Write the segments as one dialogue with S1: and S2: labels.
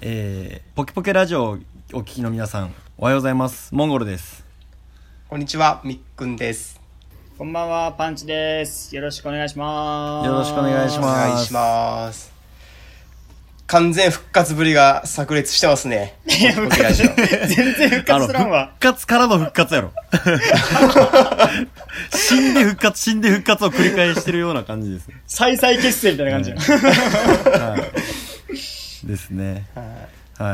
S1: えー、ポキポケラジオをお聞きの皆さん、おはようございます。モンゴルです。
S2: こんにちは、みっくんです。
S3: こんばんは、パンチです。よろしくお願いします。
S1: よろしくお願いし
S2: お
S1: ま
S2: 願いします。完全復活ぶりが炸裂してますね。ポキラジオ。
S3: す。全然復
S1: あ
S3: 活
S1: の、
S3: すらんわ
S1: 復。活からの復活やろ。死んで復活、死んで復活を繰り返してるような感じです。
S3: 再々結成みたいな感じやん。
S1: はい。ですね。はい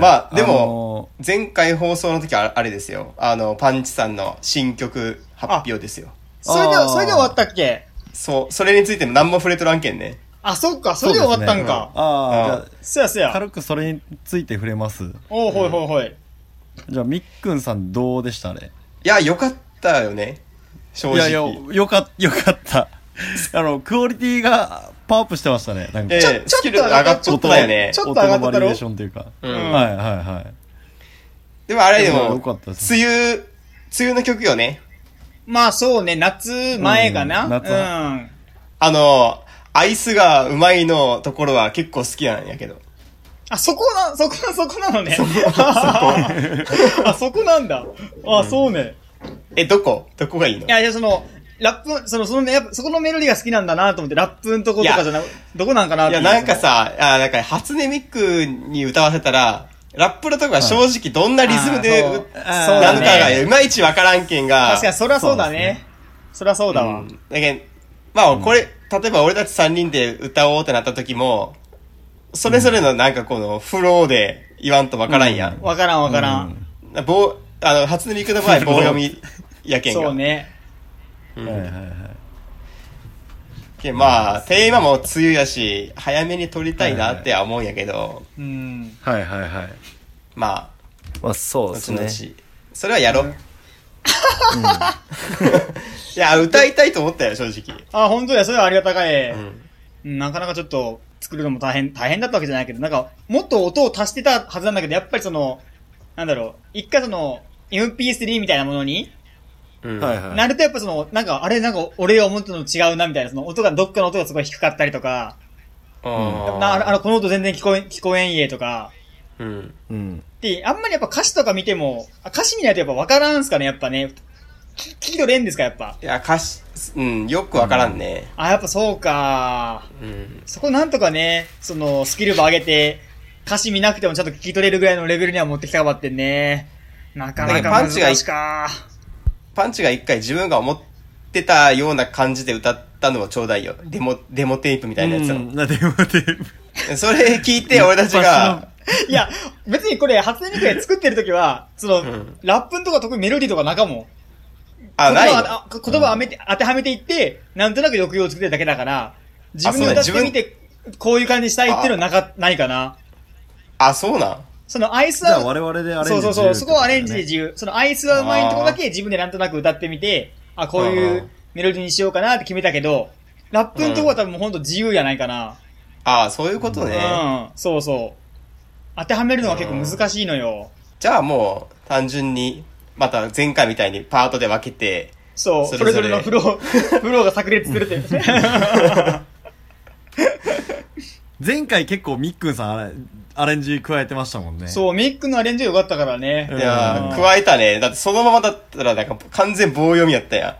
S2: まあでも
S1: のー
S2: 前回放送の時はあれですよ。あの、パンチさんの新曲発表ですよ。
S3: それで
S1: あー
S3: は、それで終わったっけ
S2: そう、それについても何も触れとらんけんね。
S3: あ、そっか、それで終わったん
S1: あ
S3: か。
S1: あー、
S2: うん
S1: じ
S3: そやそ
S1: ゃあ、
S3: や。
S1: 軽くそれについて触れます。
S3: おうほいほいほい。
S1: じゃあ、みっくんさんどうでしたね
S2: いや、よかったよね。正直。
S1: いやいや、よかった、よかった。あの、クオリティがパワーアップしてましたね。なんか
S2: ええ
S3: ちょ
S2: スキル上がっ
S3: ち
S2: と
S3: ょ
S2: っ
S3: ったと
S2: よね
S3: ち。ょっと
S1: 音
S3: 上が
S1: の
S3: って
S1: バ
S3: た
S1: リエ
S3: ろ
S1: ーションというか。
S2: うん
S1: はいはいはい。
S2: でもあれで
S1: でも
S2: も、
S1: よか
S2: 梅
S1: ったです
S2: 雨、梅雨の曲よね。
S3: まあそうね、夏前か
S1: う
S3: な。うんん。
S1: 夏
S2: あの、アイスがうまいのところは結構好きなんやけど。
S3: あ、そこな、そこな、そこなのね。 あ、そこなんだ。あ、そうね。
S2: え、どこどこがいいの
S3: いやいや、その、ラップ、その、そのね、やっぱそこのメロディーが好きなんだなと思って、ラップんとことかじゃなく、どこなんかなっ
S2: い
S3: てい
S2: や、
S3: う
S2: なんか、さ、あなんか、初音ミックに歌わせたら、ラップのとこは正直どんなリズムで
S3: あー
S2: う
S3: そう
S1: あー
S2: なのか
S3: そうだ
S2: が
S3: ね
S2: いまいちわからんけんが。
S3: 確かに、そりゃそうだ
S1: そうです
S3: ね。そりゃそうだわ。
S2: うんだけんまあ、これ、例えば俺たち3人で歌おうってなった時も、それぞれのなんかこのフローで言わんとわからんやん。
S3: わからんわからん。
S2: 棒、あの、初音ミクの 場合棒読みやけんが。
S3: そうね。
S2: うん
S1: はいはいはい。
S2: けんまあ、テーマも梅雨やし、早めに撮りたいなっては思うんやけど、
S3: うん。
S1: はいはいはい。
S2: ま
S1: まあそう
S2: あ、
S1: で
S2: 後
S1: すね
S2: 々。。それはやろ う。いや、歌いたいと思ったよ、正直。
S3: あ、本当だよ。それはありがたかい。
S2: ん
S3: うん、なかなかちょっと作るのも大変、大変だったわけじゃないけど、なんか、もっと音を足してたはずなんだけど、やっぱりその、なんだろう、一回その、MP3 みたいなものに、
S2: うん
S1: はいはい。
S3: なるとやっぱその、なんか、あれ、なんか、俺が思ったの違うな、みたいな、その、音が、どっかの音がすごい低かったりとか、
S2: うん
S3: なあの、あのこの音全然聞こえん、聞こえんえとか、
S2: うん。
S1: うん。
S3: で、あんまりやっぱ歌詞とか見ても、あ歌詞見ないとやっぱ分からんすかね、やっぱね。聞き取れんですか、やっぱ。
S2: いや、歌詞、うん、よくわからんね。
S3: あ、やっぱそうか
S2: うん。
S3: そこなんとかね、その、スキルば上げて、歌詞見なくてもちゃんと聞き取れるぐらいのレベルには持ってきたかばってんね。なかなか難しか。
S2: パンチが一回自分が思ってたような感じで歌ったのをちょうだいよ。デモ、デモテープみたいなやつ
S1: う
S2: を
S1: ん。なでもでも。
S2: それ聞いて、俺たちが、
S3: いや、別にこれ、初音ミクで作ってる時は、その、
S2: ん
S3: ラップんとか特にメロディーとか中もん。
S2: あ、
S3: 言葉
S2: ない
S3: を
S2: の
S3: ああ言葉をあめて、当てはめていって、なんとなく抑揚を作ってるだけだから、自分で
S2: あ
S3: 歌っ
S2: そう
S3: て
S2: だ
S3: みて、こういう感じにしたいっていうのはなか、ないかな。
S2: あ、そうなん
S3: その、アイス
S1: じゃ
S3: ダ
S1: あ
S3: ウン
S1: 我々でアレンジ
S3: そうそうそう、そこはアレンジで
S1: 自
S3: 自由。そのアイスはうまいとこだけ自分でなんとなく歌ってみて、あ、こうい
S2: あー
S3: うメロディーにしようかなって決めたけど、ラップのとこは多分ほんと自由やないかな。
S2: あ、そういうこと
S3: う
S2: ね。
S3: ん、そうそう。当てはめるのは結構難しいのよ。
S2: じゃあもう、単純に、また前回みたいにパートで分けて、
S3: そう、
S2: そ
S3: そ
S2: れ
S3: れ
S2: ぞ
S3: ぞ
S2: れ
S3: れのフロー、フローが炸裂するって。
S1: 前回結構みっくんさんあれアレンジ加えてましたもんね。う。
S3: そう、メイクのアレンジ良かったからね。
S1: うん
S2: いや
S3: う
S2: ー、
S3: ん
S2: 加えたね。だってそのままだったら、なんか完全棒読みやったや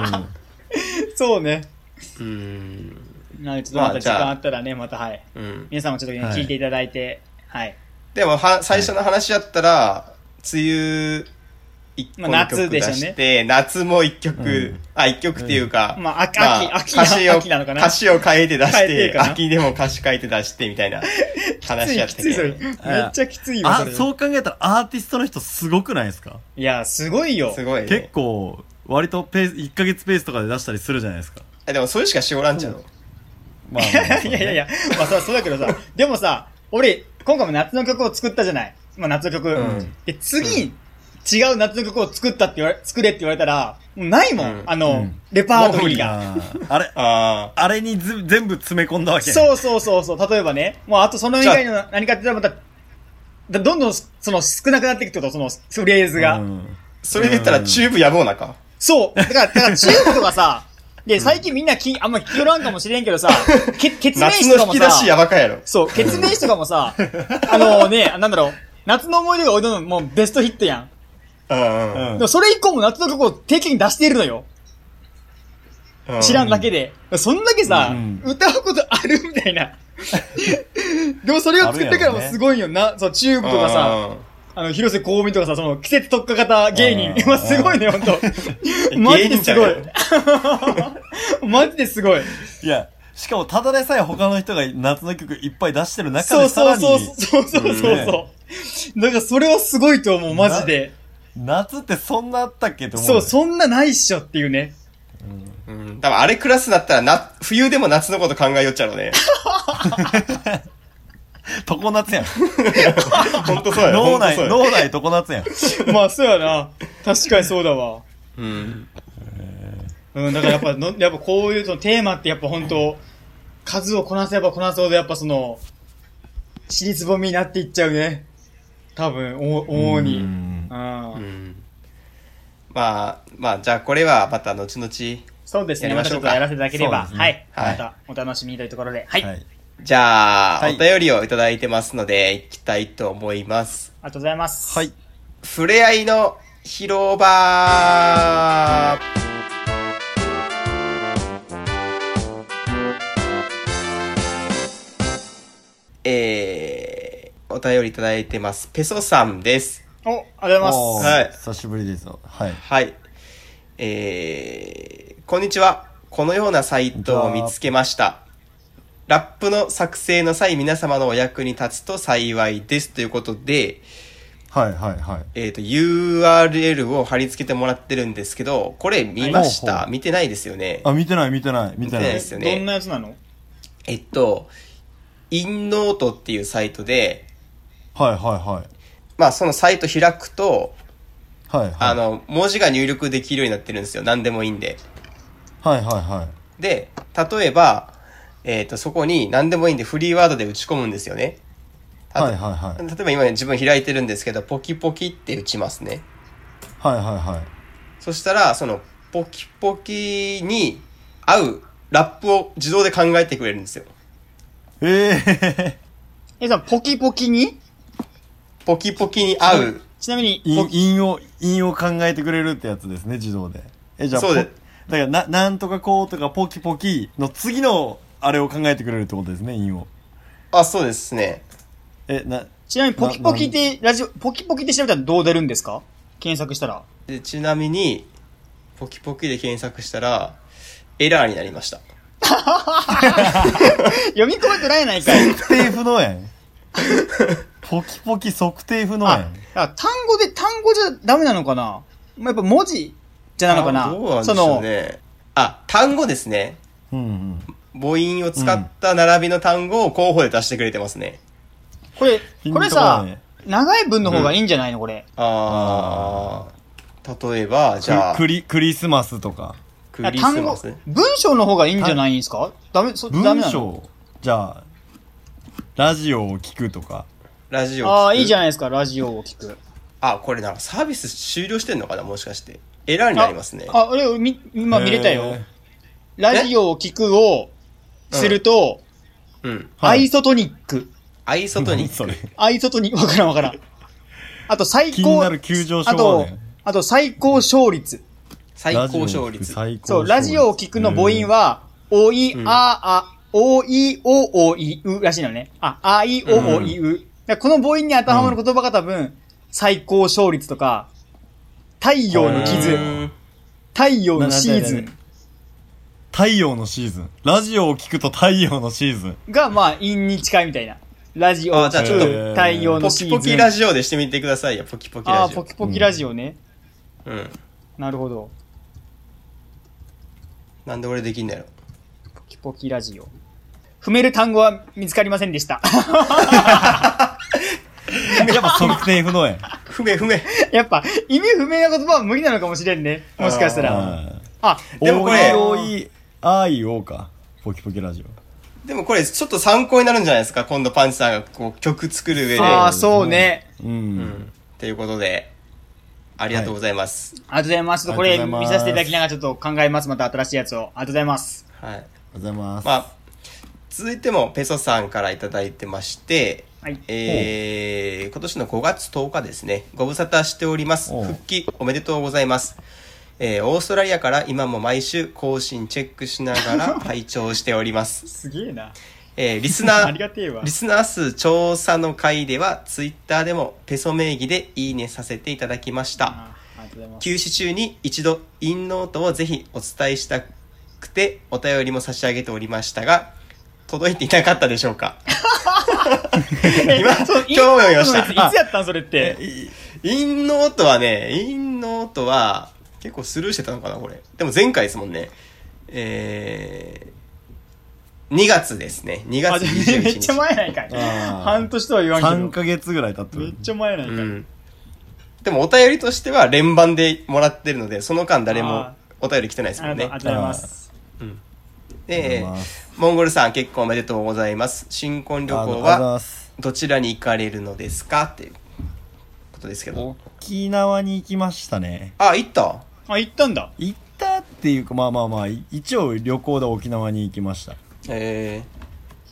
S3: そうね。
S2: ん。うん。
S3: なのでちょっとま
S2: まあ
S3: た
S2: じ
S3: 時
S2: ゃあ
S3: 間あったらね、またはい。
S2: うん。
S3: 皆さんもちょっとね、
S1: はい
S3: 聞いていただいて、はい。
S2: でもは、最初の話やったら、梅雨、一個
S3: まあ
S2: の曲
S3: 夏で
S2: 出
S3: しょうね
S2: して、夏も一曲、
S1: うん
S2: あ、一曲っていうか、
S3: まあ、秋、秋、
S2: 歌詞
S3: 秋
S2: を、
S3: な秋なのかな
S2: 歌。詞を変えて出し
S3: 変えて
S2: て
S3: いいかな
S2: 秋でも歌詞変えて出してみた いな話やっ
S3: き
S2: た
S3: つい、きついそれ。
S2: け
S3: め
S2: ど。
S3: っちゃきついわ、
S1: あ
S3: そ、れ。
S1: そう考えたらアーティストの人すごくないですか
S3: いや、すごいよ。
S2: すごい、ね。
S1: 結構、割とペース、1ヶ月ペースとかで出したりするじゃないですか。
S2: えでも、それしかしおらんちゃうの。
S1: まあ、
S3: いやいやい
S1: や。
S3: や、まあそりゃそうだけ どさ、でもさ、俺、今回も夏の曲を作ったじゃない。まあ夏の曲。
S2: うん
S3: で、次、違う夏の曲を作ったって言われ、作れって言われたら、もうないもん。
S2: うん
S3: あ
S1: う
S3: の、
S1: ん
S3: レパートリーが。
S1: あーあれ、
S2: あ
S1: あれにず全部詰め込んだわけ。
S3: そうそうそうそう。例えばね、もうあとその以外の何かって言ったらまた、だどんどん、その少なくなっていくってこと、そのフレーズが。
S1: うん
S2: あ。それで言ったら、チューブやぼうなか。
S3: そう。だから、だから中国とかさ、で、最近みんなき、あんま聞きよらんかもしれんけどさ、 け、ケツメイ
S2: 夏
S3: シとか
S2: の
S3: も
S2: 引き出しや
S3: さ、
S2: ばかやろ。
S3: そう、ケツメイシとか もさ、あのね、なんだろう、夏の思い出が俺のもうベストヒットやん。
S2: うんうん
S1: う
S3: で
S1: ん
S3: もそれ以降も夏の曲を定期に出しているのよ。
S2: うん。
S3: 知らんだけで。そんだけさ、
S1: うん
S3: 歌うことあるみたいな。 でもそれを作ってからもすごいよな。そう、チューブとかさ、あの、広瀬香美とかさ、その季節特化型芸人。
S1: うん
S3: 今すごいね、ほ んと。
S2: うん、
S3: マジで
S2: 芸人ち
S3: すご
S2: ゃうよ
S3: い。 マジですごい。
S1: いや、しかもただでさえ他の人が夏の曲いっぱい出してる中
S3: そう
S1: でさ
S3: そ
S1: ら
S3: うそう
S1: に、
S3: そうそうそうそう。だからそれはすごいと思う、マジで。
S1: 夏ってそんなあったっけって思う。
S3: そう、そんなないっしょっていうね。
S2: うん。多分あれクラスだったらな、冬でも夏のこと考えよっちゃろ うね。
S1: 常夏 やん。
S2: ほんとそうやろ。
S1: 脳
S2: ほんと
S1: 内、
S2: そうやろ
S1: 脳内常夏やん。
S3: まあ、そうやな。確かにそうだわ。
S2: うん。
S3: うん、だからやっぱの、やっぱこういうそのテーマってやっぱ本当、数をこなせばこなすほどやっぱその、尻つぼみになっていっちゃうね。多分、お、往々に。
S1: う
S3: う
S1: ん。
S3: ん
S2: うん。まあ、まあ、じゃあこれはまた後々。じ
S3: そうですね。
S2: やり
S3: ま
S2: ま
S3: た
S2: し
S3: ちょ
S2: ょ
S3: っ
S2: う
S3: と
S2: か
S3: やらせていただけれ
S1: そう
S3: ば。
S1: です
S3: はい
S1: ね。
S2: は
S3: ま
S2: い
S3: たお楽しみというところで。はい。
S1: は
S3: あり
S1: い。
S2: ゃあ、
S1: はい
S2: お便りをいただいてますので、いきたいと思います。
S3: がとうございます。
S1: はい。。
S2: ふれあいの広場えー、お便りいただいてます。ペソさんです。
S3: お、ありがとうご
S1: お
S3: ざい
S1: ー
S3: ます。
S2: はい
S1: 久しぶりですよ。はい。
S2: はい。えー、こんにちは。このようなサイトを見つけました。ラップの作成の際、皆様のお役に立つと幸いです。ということで、
S1: はいはいはい。
S2: えっ、と、URL を貼り付けてもらってるんですけど、これ見まし
S1: はいほう
S2: た
S1: ほ
S2: 見てないですよね。
S1: あ、見てない見てない見てな
S2: 見てない
S1: い
S2: で。すよね
S3: どんなやつなの
S2: えっと、インノートっていうサイトで、
S1: はいはいはい。
S2: まあそのサイト開くと、
S1: はいはい。
S2: あの、文字が入力できるようになってるんですよ。何でもいいんで。
S1: はいはいはい。
S2: で、例えば、えっ、と、そこに何でもいいんでフリーワードで打ち込むんですよね。あと
S1: はいはいはい。
S2: 例えば今ね自分開いてるんですけど、ポキポキって打ちますね。
S1: はいはいはい。
S2: そしたら、その、ポキポキに合うラップを自動で考えてくれるんですよ。
S1: ええ
S3: え、その、ポキポキに
S2: ポキポキに合う。
S3: ちなみに、
S1: ー、
S3: ポ
S1: 陰
S3: キ
S1: 陰を、陰を考えてくれるってやつですね、自動で。え、じゃあ、
S2: そうで
S1: ポだから、な、なんとかこうとか、ポキポキの次の、あれを考えてくれるってことですね、陰を。
S2: あ、そうですね。
S1: え、な、
S3: ちなみに、ポキポキって、ラジオ、ポキポキって調べたらどう出るんですか検索したら。
S2: でちなみに、ポキポキで検索したら、エラーになりました。
S3: 読み込めてないやないかい。
S1: 測定不能やん。ポキポキ測定不能や
S3: あ
S1: ん。、
S3: あ単語で、単語じゃダメなのかなまあ、やっぱ文字じゃなのかな
S2: あどうなんでし
S3: そ
S2: ょう
S3: の、
S2: ね。あ、単語ですね。
S1: うんうん。
S2: 母音を使った並びの単語を候補で出してくれてますね。
S3: これ、これさ
S1: ヒントがね、
S3: 長い文の方がいいんじゃないのこれ。
S2: あー。例えば、じゃあ、
S1: クリ、クリスマスとか。
S2: クリス
S3: 単語
S2: マス。、
S3: 文章の方がいいんじゃないんですかダメ、そ、ダメ
S1: 文
S3: なの
S1: 章。じゃあ、ラジオを聞くとか。
S2: ラジオ
S3: ああ、いいじゃ
S2: ん。
S3: ないですか、ラジオを聞く。
S2: あ、これなんかサービス終了してんのかなもしかして。エラーになりますね。
S3: あ、あれ、み、今見れたよ
S1: えー。
S3: ラジオを聞くをすると、
S2: うん。
S1: は
S3: ア
S1: い
S3: イソトニック。
S2: アイソトニ
S1: 何 そ
S2: ッ
S1: れ
S2: ク。
S3: アイソトニック、わからんわからん。あと、最高、
S1: 気になる急上昇
S3: あと
S1: ね、
S3: あと、最高勝率。
S2: 最高勝率。
S1: ラジオを聞く最高
S3: そう、
S1: 勝
S3: ラ
S1: 率
S3: ジオを聞くの母音、は、おい、
S2: うん
S3: あ、あ、おい、お、おい、うらしいのね。あ、あい、お、おい、う。だからこの母音に当てはまる言葉が多分、最高勝率とか、太陽の
S2: う
S3: 傷、
S2: ーん
S3: 太陽のシーズ
S1: なな
S3: ン
S1: 太陽のシーズン。ラジオを聞くと太陽のシー ズン。
S3: が、まあ、韻に近いみたいな。ラジオを
S2: あじゃ
S3: 聞
S2: あ
S3: く
S2: ちょっと
S3: 太陽
S2: ポ
S3: のシー
S2: キ
S3: ズン。
S2: ポキラジオでしてみてくださいよ。ポキポキ
S3: あ
S2: ラ
S3: あ、
S2: ジ
S3: ポ
S2: オ。
S3: キポキラジオね。
S2: うん。
S3: なるほど。
S2: なんで俺できんだろ。
S3: ポキポキラジオ。踏める単語は見つかりませんでした。
S1: やっぱ測定不能やん。
S2: ふめふめ。
S3: やっぱ、意味不明な言葉は無理なのかもしれんね。もしかしたら。あ、
S2: でもこれ
S1: おいおい、あいおうか。ポキポキラジオ。
S2: でもこれちょっと参考になるんじゃないですか。今度パンチさんがこう曲作る上で。
S3: ああ、そうね。
S1: う。
S2: うんん。ということで、ありがとうございます。
S3: ありがとうございます。ちょっとこ
S1: あり
S3: れ
S1: がとうござい
S3: 見
S1: ます
S3: させていただきながらちょっと考えます。また新しいやつを。ありがとうございます。
S2: はい。
S1: ありがとうございます。
S2: まあ、続いてもペソさんからいただいてまして、
S3: はい
S2: えー今年の5月10日ですね、ご無沙汰しております。
S1: おう
S2: 復帰おめでとうございます。えーオーストラリアから今も毎週更新チェックしなが ら拝聴しております。
S3: すげえな。
S2: えーリス
S3: あ
S2: ナ
S3: りが
S2: ー、
S3: てえわ
S2: リ。スナー数調査の回では、ツイッターでもペソ名義でいいねさせていただきました。
S3: あありがとうございます。
S2: 休止中に一度インノートをぜひお伝えしたくてお便りも差し上げておりましたが届いていなかったでしょう か今今日読みま
S3: いついつ
S2: した
S3: やったんそれって。
S2: インノートはねインノートは結構スルーしてたのかなこれでも前回ですもんねえー、2月ですね2
S3: あ
S2: 月
S3: じゃ
S2: 21
S3: あ
S2: 日
S3: めっちゃ前やないかい。
S1: あー
S3: 半年とは言わ
S1: 3
S3: んけ
S1: ヶ月ぐらい経って
S3: ど。めっ
S1: る。
S3: ちゃ前やないか
S2: う
S3: い。
S2: んでもお便りとしては連番でもらってるのでその間誰も
S3: あ
S2: お便り来てないです
S3: あ
S2: もん
S3: り
S2: ね
S3: がとうございます。
S2: で
S1: ありがとうございます
S2: モンゴルさん結婚おめでとうございます新婚旅
S1: ありがとう
S2: 行
S1: ござい
S2: は
S1: ます。
S2: どちらに行かれるのですかっていうことですけど
S1: 沖縄に行きましたね。
S2: あ行った
S3: あ、行ったんだ。
S1: 行ったっていうか、まあまあまあ、い一応旅行で沖縄に行きました。
S2: え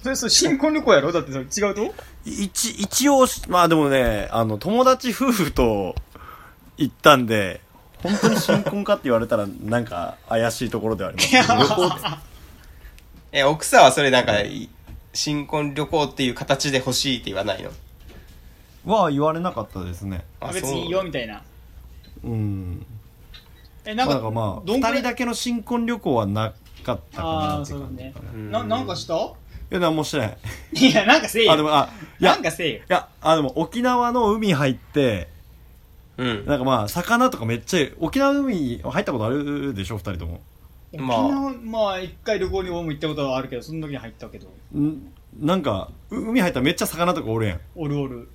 S3: それ、それ新婚旅行やろだってそれ違うと
S1: い一、一応し、まあでもね、あの、友達夫婦と行ったんで、本当に新婚かって言われたら、なんか怪しいところではあります。旅行で
S2: ーえ奥さんはそれなんか、い新婚旅行っていう形で欲しいって言わないの
S1: は言われなかったですね。
S2: あ
S3: 別にいいよみたいな。
S1: うん。
S3: え、なん
S1: まあだ
S3: か
S1: からまあ、
S3: どん
S1: 二
S3: くらい
S1: 人だけの新婚旅行はなかったか
S3: あ
S1: な
S3: あ、
S1: って
S3: そうだ
S1: 感じ。
S3: ね。
S2: ん
S3: な、なんかした
S1: いや、なんもしてない。
S3: いや、なんかせえよ。
S1: あ、でも、あ、いや、
S3: なん
S1: い
S3: かせえよ。
S1: や、あ、でも沖縄の海入って、
S2: うん
S1: なんかまあ、魚とかめっちゃ、沖縄の海入ったことあるでしょ、二人とも。
S3: 沖
S2: まあ
S3: 縄、まあ、一回旅行に俺も行ったことはあるけど、その時に入ったけど。
S1: んなんか、う海入ったらめっちゃ魚とかおるやん。
S3: おるおる。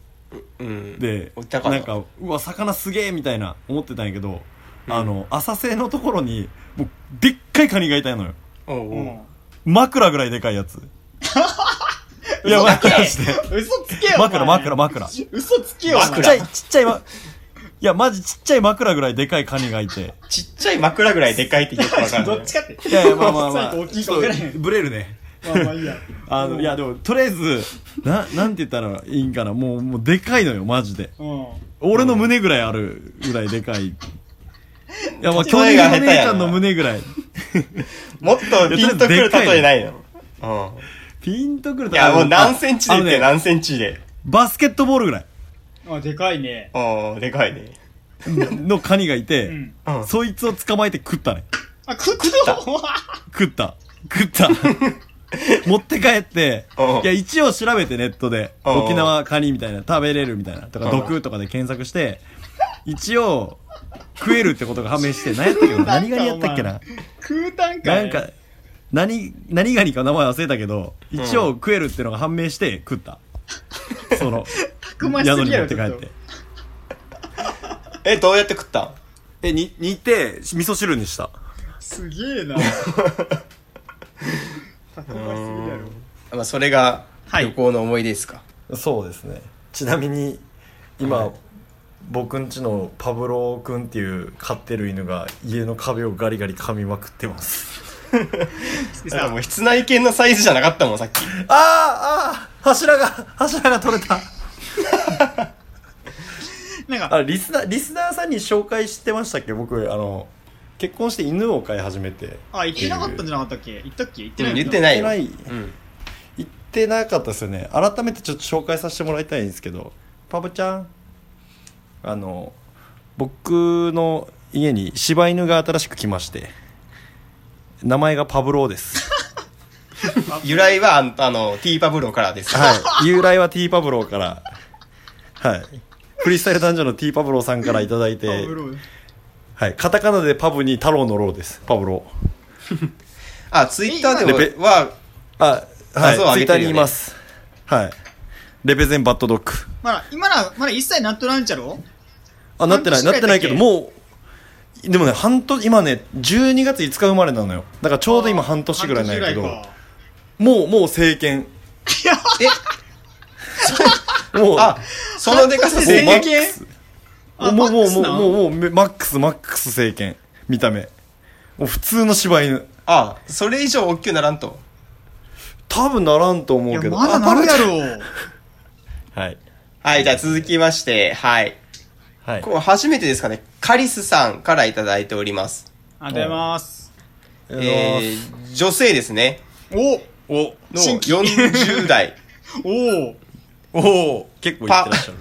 S2: うん
S1: で
S2: おった、かな
S1: なんか、うわ、魚すげえみたいな思ってたんやけど、あの、浅瀬のところに、もう、でっかいカニがいたのよ。
S2: おうおう
S3: うん。
S1: 枕ぐらいでかいやつ。いや、
S3: 嘘つけ
S1: 枕して。
S3: 嘘つけよ。お前
S1: 枕、枕、。枕。ちっ
S3: 嘘つけよ。お前
S1: ちゃい、ちっちゃい、ま、いや、マジちっちゃい枕ぐらいでかいカニがいて。
S2: ちっちゃい枕ぐらいでかいってよくわかんな
S3: ど
S2: い
S3: っちかって。
S1: いやいや、まあまあ まあ。
S3: ちっちゃいと大きいか分からへん
S1: ちょっとブレるね。
S3: まあまあいいや。
S1: あの、いや、でも、とりあえず、な、なんて言ったらいいんかな。もう、もう、でかいのよ、マジで。
S3: うん。
S1: 俺の胸ぐらいあるぐらいでかい。いや、まあ、去
S2: 声
S1: 年
S2: が
S1: の
S2: 下手やな
S1: 姉ちゃんの胸ぐらい。
S2: もっとピンとくる例えないの
S1: ピンとくる
S2: うんい
S1: と
S2: やもう何センチ
S1: あ
S2: でっ
S1: の
S2: て
S1: ね、
S2: 何センチで
S1: バスケットボールぐらい
S3: あ、でかいね。
S2: おうでかいね
S1: のカニがいて、
S3: うん。
S2: うん
S1: そいつを捕まえて食ったね。
S3: あ、食った
S1: 食った。食った。持って帰って
S2: うん、
S1: いや、一応調べてネットで、
S2: うん
S1: 沖縄カニみたいな、食べれるみたいな、とか、
S2: うん
S1: 毒とかで検索して、一応、食えるってことが判明して、何やったっけ な何がにやったっけな
S3: 食うたんか。
S1: ないんか、何、何がにか名前忘れたけど、一応食えるってのが判明して食った。その、
S3: くましすぎやろ
S1: 宿に持って帰って。
S2: えどうやって食ったん
S1: え、に、煮て、味噌汁にした。
S3: すげ えな。たくましすぎるやろ。
S2: まあそれが
S3: はい
S2: 旅行の思い出ですか、
S1: そうですね。ちなみに、今、僕んちのパブローくんっていう飼ってる犬が家の壁をガリガリ噛みまくってます。
S3: で
S2: だから
S3: さ
S2: もう室内犬のサイズじゃなかったもん、さっき。
S1: あーあー柱が、柱が取れた。
S3: なんか、
S1: あ、リスナー、リスナーさんに紹介してましたっけ僕、あの、結婚して犬を飼い始めて。
S3: あ、行ってなかったんじゃなかったっけ行ったっけ行ってない
S2: 言って
S3: い。
S2: ないよ。
S1: 言っ
S2: うん。
S1: 行ってなかったですよね改めてちょっと紹介させてもらいたいんですけどパブちゃんあの僕の家に柴犬が新しく来まして名前がパブローです
S2: 由来は、あんあの、ティーパブロからです。
S1: はい由来は T パブローからはいフリースタイル男女の T パブローさんから頂いいて
S3: あ、ブロー
S1: はい、カタカナでパブに太郎のローですパブロー
S2: あ、ツイッター
S1: レ
S2: では、
S1: あはい
S2: そうあ
S1: ツイ
S2: げ
S1: ッター
S2: てるよね
S1: にいますはいレペゼンバッドドッグ
S3: まだ、今ら、まだ一切なっとらんちゃろ
S1: あ、なってない、
S3: 半
S1: なって
S3: 年くら
S1: ない
S3: だっ
S1: い
S3: け
S1: けど、もう、でもね、半年、今ね、12月5日生まれなのよ。だからちょうど今半年ぐらいなんやけど、
S3: 半年ぐらいか
S1: もう、もう政権。
S2: え、
S1: もう、
S2: あ、そのでかさ
S3: 半年
S2: 制
S3: で
S1: もうマ
S2: 限
S1: ックス。
S3: あ
S1: もうもう
S3: マ
S1: も
S3: ックス
S1: う
S3: なん
S1: もうもうめマックスマックス聖剣見た目もう普通の柴犬
S2: ああ、それ以上大きくならんと。
S1: 多分ならんと思う
S3: い
S1: け
S3: や、
S1: ど
S3: まだなるや
S1: あ
S3: ろ。
S1: パブちゃんはい
S2: はい、じゃあ続きまして、はい。
S1: はい
S2: こう初めてですかね、カリスさんからいただいております。
S3: ありがとうございます。
S1: え
S2: え
S1: ー
S2: ー、女性ですね。
S3: お
S1: お
S2: の
S3: 新規
S2: 40代、
S3: おお
S1: おお結構いってらっしゃる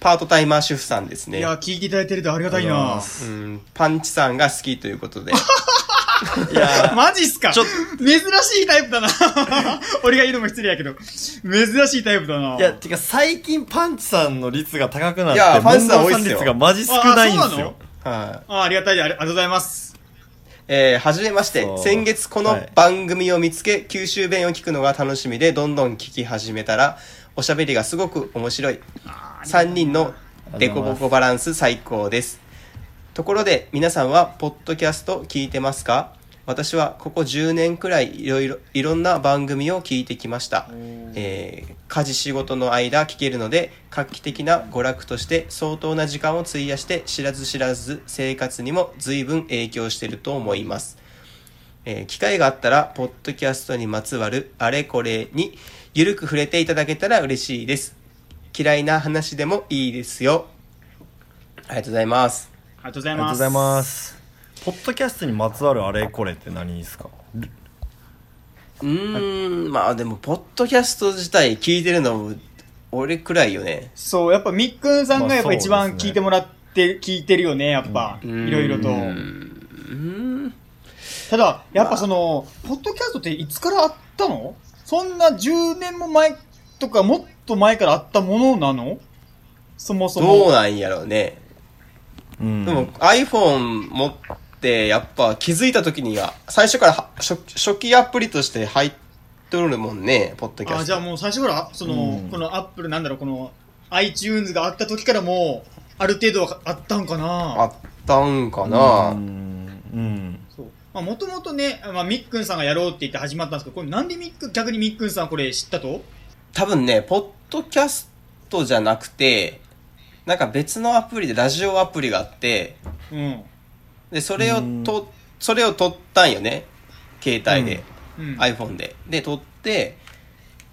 S2: パートタイマー主婦さんです
S3: い
S2: ね。
S3: や、聞いていただいてるとありがたいな。
S2: うん、パンチさんが好きという ことで。
S1: いや
S3: マジっすか
S1: ちょっ
S3: 珍しいタイプだな。 俺が言うのも失礼やけど。珍しいタイプだな。
S1: いや、てか最近パンチさんの率が高くなって、
S2: いやパンチさん多いっ
S1: モンゴ
S2: すよ
S1: ル率がマジ少ないんで
S3: あそう
S1: す
S3: な
S1: よ
S3: の。
S2: は
S3: あありがたいでありありがとうございます。
S2: い。えー、はじめまして
S1: そ。う
S2: 先月この番組を見つけ、九州弁を聞くのが楽しみで、どんどん聞き始めたら、おしゃべりがすごく面白い。3人のデコボコバランス最高です。ところで、皆さんは、ポッドキャスト聞いてますか私は、ここ10年くらい、いろいろ、いろんな番組を聞いてきました。えー家事仕事の間聞けるので、画期的な娯楽として相当な時間を費やして、知らず知らず生活にも随分影響してると思います。えー機会があったら、ポッドキャストにまつわるあれこれに、ゆるく触れていただけたら嬉しいです。嫌いな話でもいいですよ。ありがとうございます。
S3: ありがとうござ
S1: あ
S3: い
S1: りがとう
S3: ま
S1: ご
S3: す。
S1: ざいます。ポッドキャストにまつわるあれこれって何ですか
S2: うーん、まあでも、ポッドキャスト自体聞いてるの、俺くらいよね。
S3: そう、やっぱみっくんさんがやっぱ一
S1: まあ
S3: 番
S1: そうですね
S3: 聞いてもらって、聞いてるよね、やっぱ。
S2: うん
S3: いろいろと
S2: う。ん。
S3: ただ、やっぱその、ポッドキャストっていつからあったのそんな10年も前とかもっと前からあったものなのそもそも。
S2: どうなんやろうね。
S1: うん。
S2: でも、iPhone 持って、やっぱ気づいた時には、最初からは初初期アプリとして入っとるもんね、ポッドキャスト。
S3: あじゃあもう最初からその、
S1: うん
S3: このアップルなんだろうこの iTunes があった時からもうある程度はあったんか
S2: あ
S3: な
S2: ったんか
S1: う
S2: な。
S1: ん。うん。
S3: もともとね、まあ、みっくんさんがやろうって言って始まったんですけどこれなんでみっくん逆にみっくんさんはこれ知ったと
S2: 多分ね、ポッドキャストじゃなくて、なんか別のアプリで、ラジオアプリがあって、
S3: うん、
S2: で、それを
S1: うん
S2: と、それを撮ったんよね。携帯で、
S3: うん、
S2: iPhone で。で、撮って、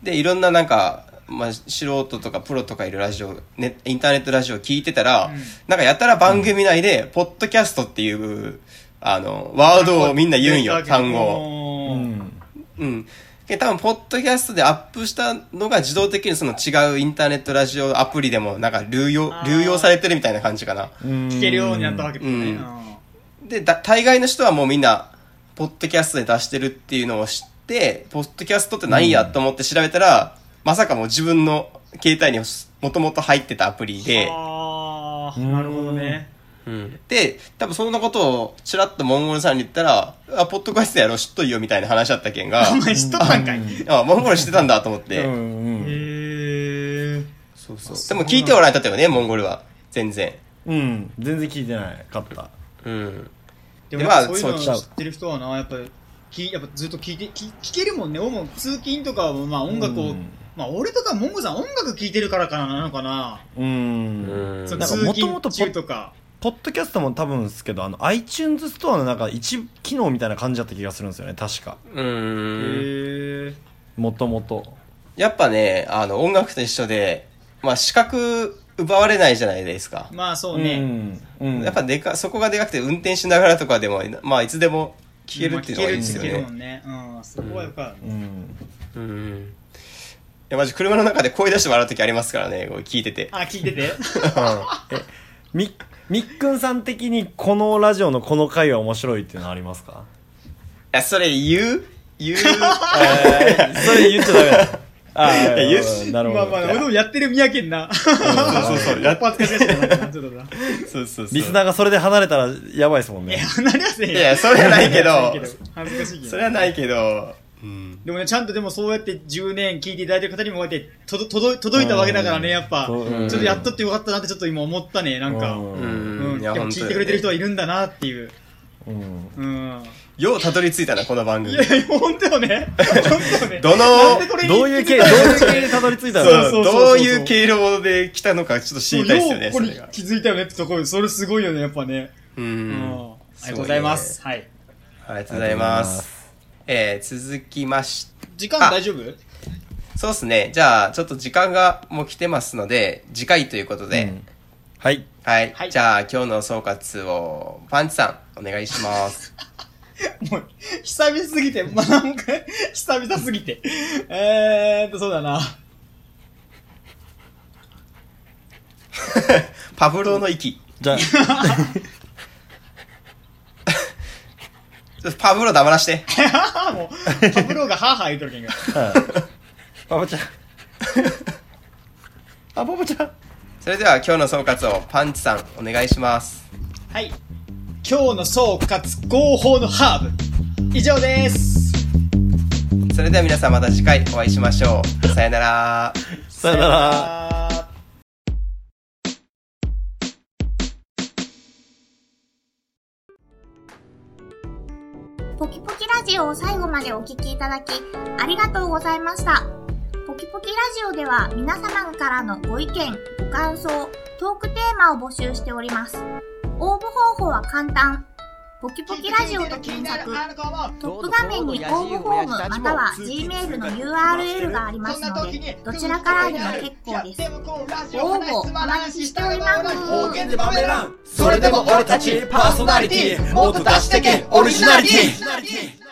S2: で、いろんななんか、まあ、素人とかプロとかいるラジオ、ね、インターネットラジオ聞いてたら、
S3: うん
S2: なんかやたら番組内で、ポッドキャストっていう、あの、ワードをみんな言うんよ、単語を。
S1: う
S3: を
S1: ん。
S2: うん。で、多分、ポッドキャストでアップしたのが自動的にその違うインターネットラジオアプリでもなんか流用
S3: あ、ー
S2: 流用されてるみたいな感じかな。
S1: 聞
S3: 聞けるようになったわけですね、
S2: うん
S3: うん
S2: で、だ大概の人はもうみんな、ポッドキャストで出してるっていうのを知って、ポッドキャストって何やと思って調べたら、まさかもう自分の携帯にもともと入ってたアプリで、
S3: あーなるほどね
S2: で、多分そんなことをちらっとモンゴルさんに言ったら、あ、ポッドキャストやろ、知っといよみたいな話だったけんが、
S3: お前知っとったんかい、
S1: うん
S3: へ
S2: あ、モンゴル知ってたんだと思って。
S1: うんうん。
S3: ー
S2: そうそう。でも聞いておられたよね、モンゴルは。全然。
S1: うん。全然聞いてない。かった。
S2: うん。
S3: でもや
S2: まあ
S3: っぱそういう
S2: そ
S3: の
S2: う
S3: 知ってる人はな、やっぱきやっぱずっと聞いて聞聞けるもんね、主に通勤とかはまあ音楽を、
S1: うん
S3: まあ俺とかモンゴさん音楽聞いてるからかななのかな、
S1: うん。
S3: そ
S1: な
S3: の
S1: んか
S3: 通
S1: 元々ポ
S3: 勤
S1: ッ
S3: 中とか。
S1: ポッドキャストも多分ですけど、あの、iTunes ストアの中、一機能みたいな感じだった気がするんですよね。確か。
S2: うん。
S3: へ
S1: もともと。
S2: やっぱね、あの、音楽と一緒で、まあ、視覚奪われないじゃないですか。
S3: まあそううね、
S1: ん。うん。
S2: やっぱでか、そこがでかくて運転しながらとかでも、まあ、いつでも聞けるっていうの
S3: ま
S2: が
S3: あ
S2: いいです
S3: 聞
S2: よ
S3: ける
S2: ね
S3: も。んね、うん、そこはやっぱ、
S1: うん。
S2: うん。いや、マジ車の中で声出して笑う時ありますからね、これ聞いてて。
S3: あ聞いてて、
S1: みみっくんさん的にこのラジオのこの回は面白いっていうのはありますか
S2: いや、それ言う言 う
S1: それ言っちゃダメだああ
S2: いや
S1: あなるほ
S3: まあ
S1: ど、
S3: まあ、俺もやってる宮県な、
S2: そうそうそう。やっぱ
S3: 恥ずかしかったな、ち ょっとな。
S2: そうそうそう。
S1: リスナーがそれで離れたらやばいですもん
S3: いや、
S1: ね
S3: 離れやせんよ。
S2: いやそれはないけど
S3: 離れやせんけど恥ずかしいけど。
S2: それはないけど、うん。
S3: でもね、ちゃんとでもそうやって10年聞いていただいてる方にもこうやってとど届い届いたわけだからね、やっぱ。ち
S1: そ
S3: ょ
S1: ううん
S3: っとやっとってよかったなってちょっと今思ったね、なんか。
S1: う
S2: うんん
S3: うん。でも聞いてくれてる人はいるんだなっていう。
S1: うん
S3: うん。
S2: ようたどり着いたな、この番組
S3: い。や、本当よね。本当よね。
S2: どの
S3: なんでこれに
S1: どういう系、どういう系でたどり着いたの
S2: そう
S3: そうそうそう
S2: どういう経路で来たのかちょっと知りたいですよね、
S3: こ
S2: そ
S3: れ
S2: れが。
S3: 気づいたよねってところ、それすごいよね、やっぱね。
S2: う。
S3: うんありがとうございます。はい。
S2: ありがとうございます。えー、続きまし
S3: 時間大丈夫
S2: そうですね。じゃあ、ちょっと時間がもう来てますので、次回ということで。
S1: うんはい。
S2: はい、
S3: はい
S2: じゃあ、今日の総括を、パンチさん、お願いします。
S3: もう、久々すぎて、まあ、なんか、久々すぎて。えーっと、そうだな。
S2: パブローの息。
S1: じ ゃあ、
S2: ちょっとパブロー黙らして。
S3: もう、パブローがハーハー言うとるけんが。
S1: パパちゃん。あ、パパちゃん。
S2: それでは、今日の総括を、パンチさん、お願いします。
S3: はい。今日の総括、合法のハーブ。以上です。
S2: それでは皆さん、また次回お会いしましょう。さよなら。
S1: さよなら。
S3: ら。
S4: ポキポキラジオを最後までお聞きいただき、ありがとうございました。ポキポキラジオでは皆様からのご意見、ご感想、トークテーマを募集しております。応募方法は簡単。ポキポキラジオと検索、トップ画面に応募フォームまたは Gmail の URL がありますので、どちらからでも結構です。応募お待ちしております。
S5: 方言でバメらんそれでも俺たちパーソナリティもっと出してけオリジナリティ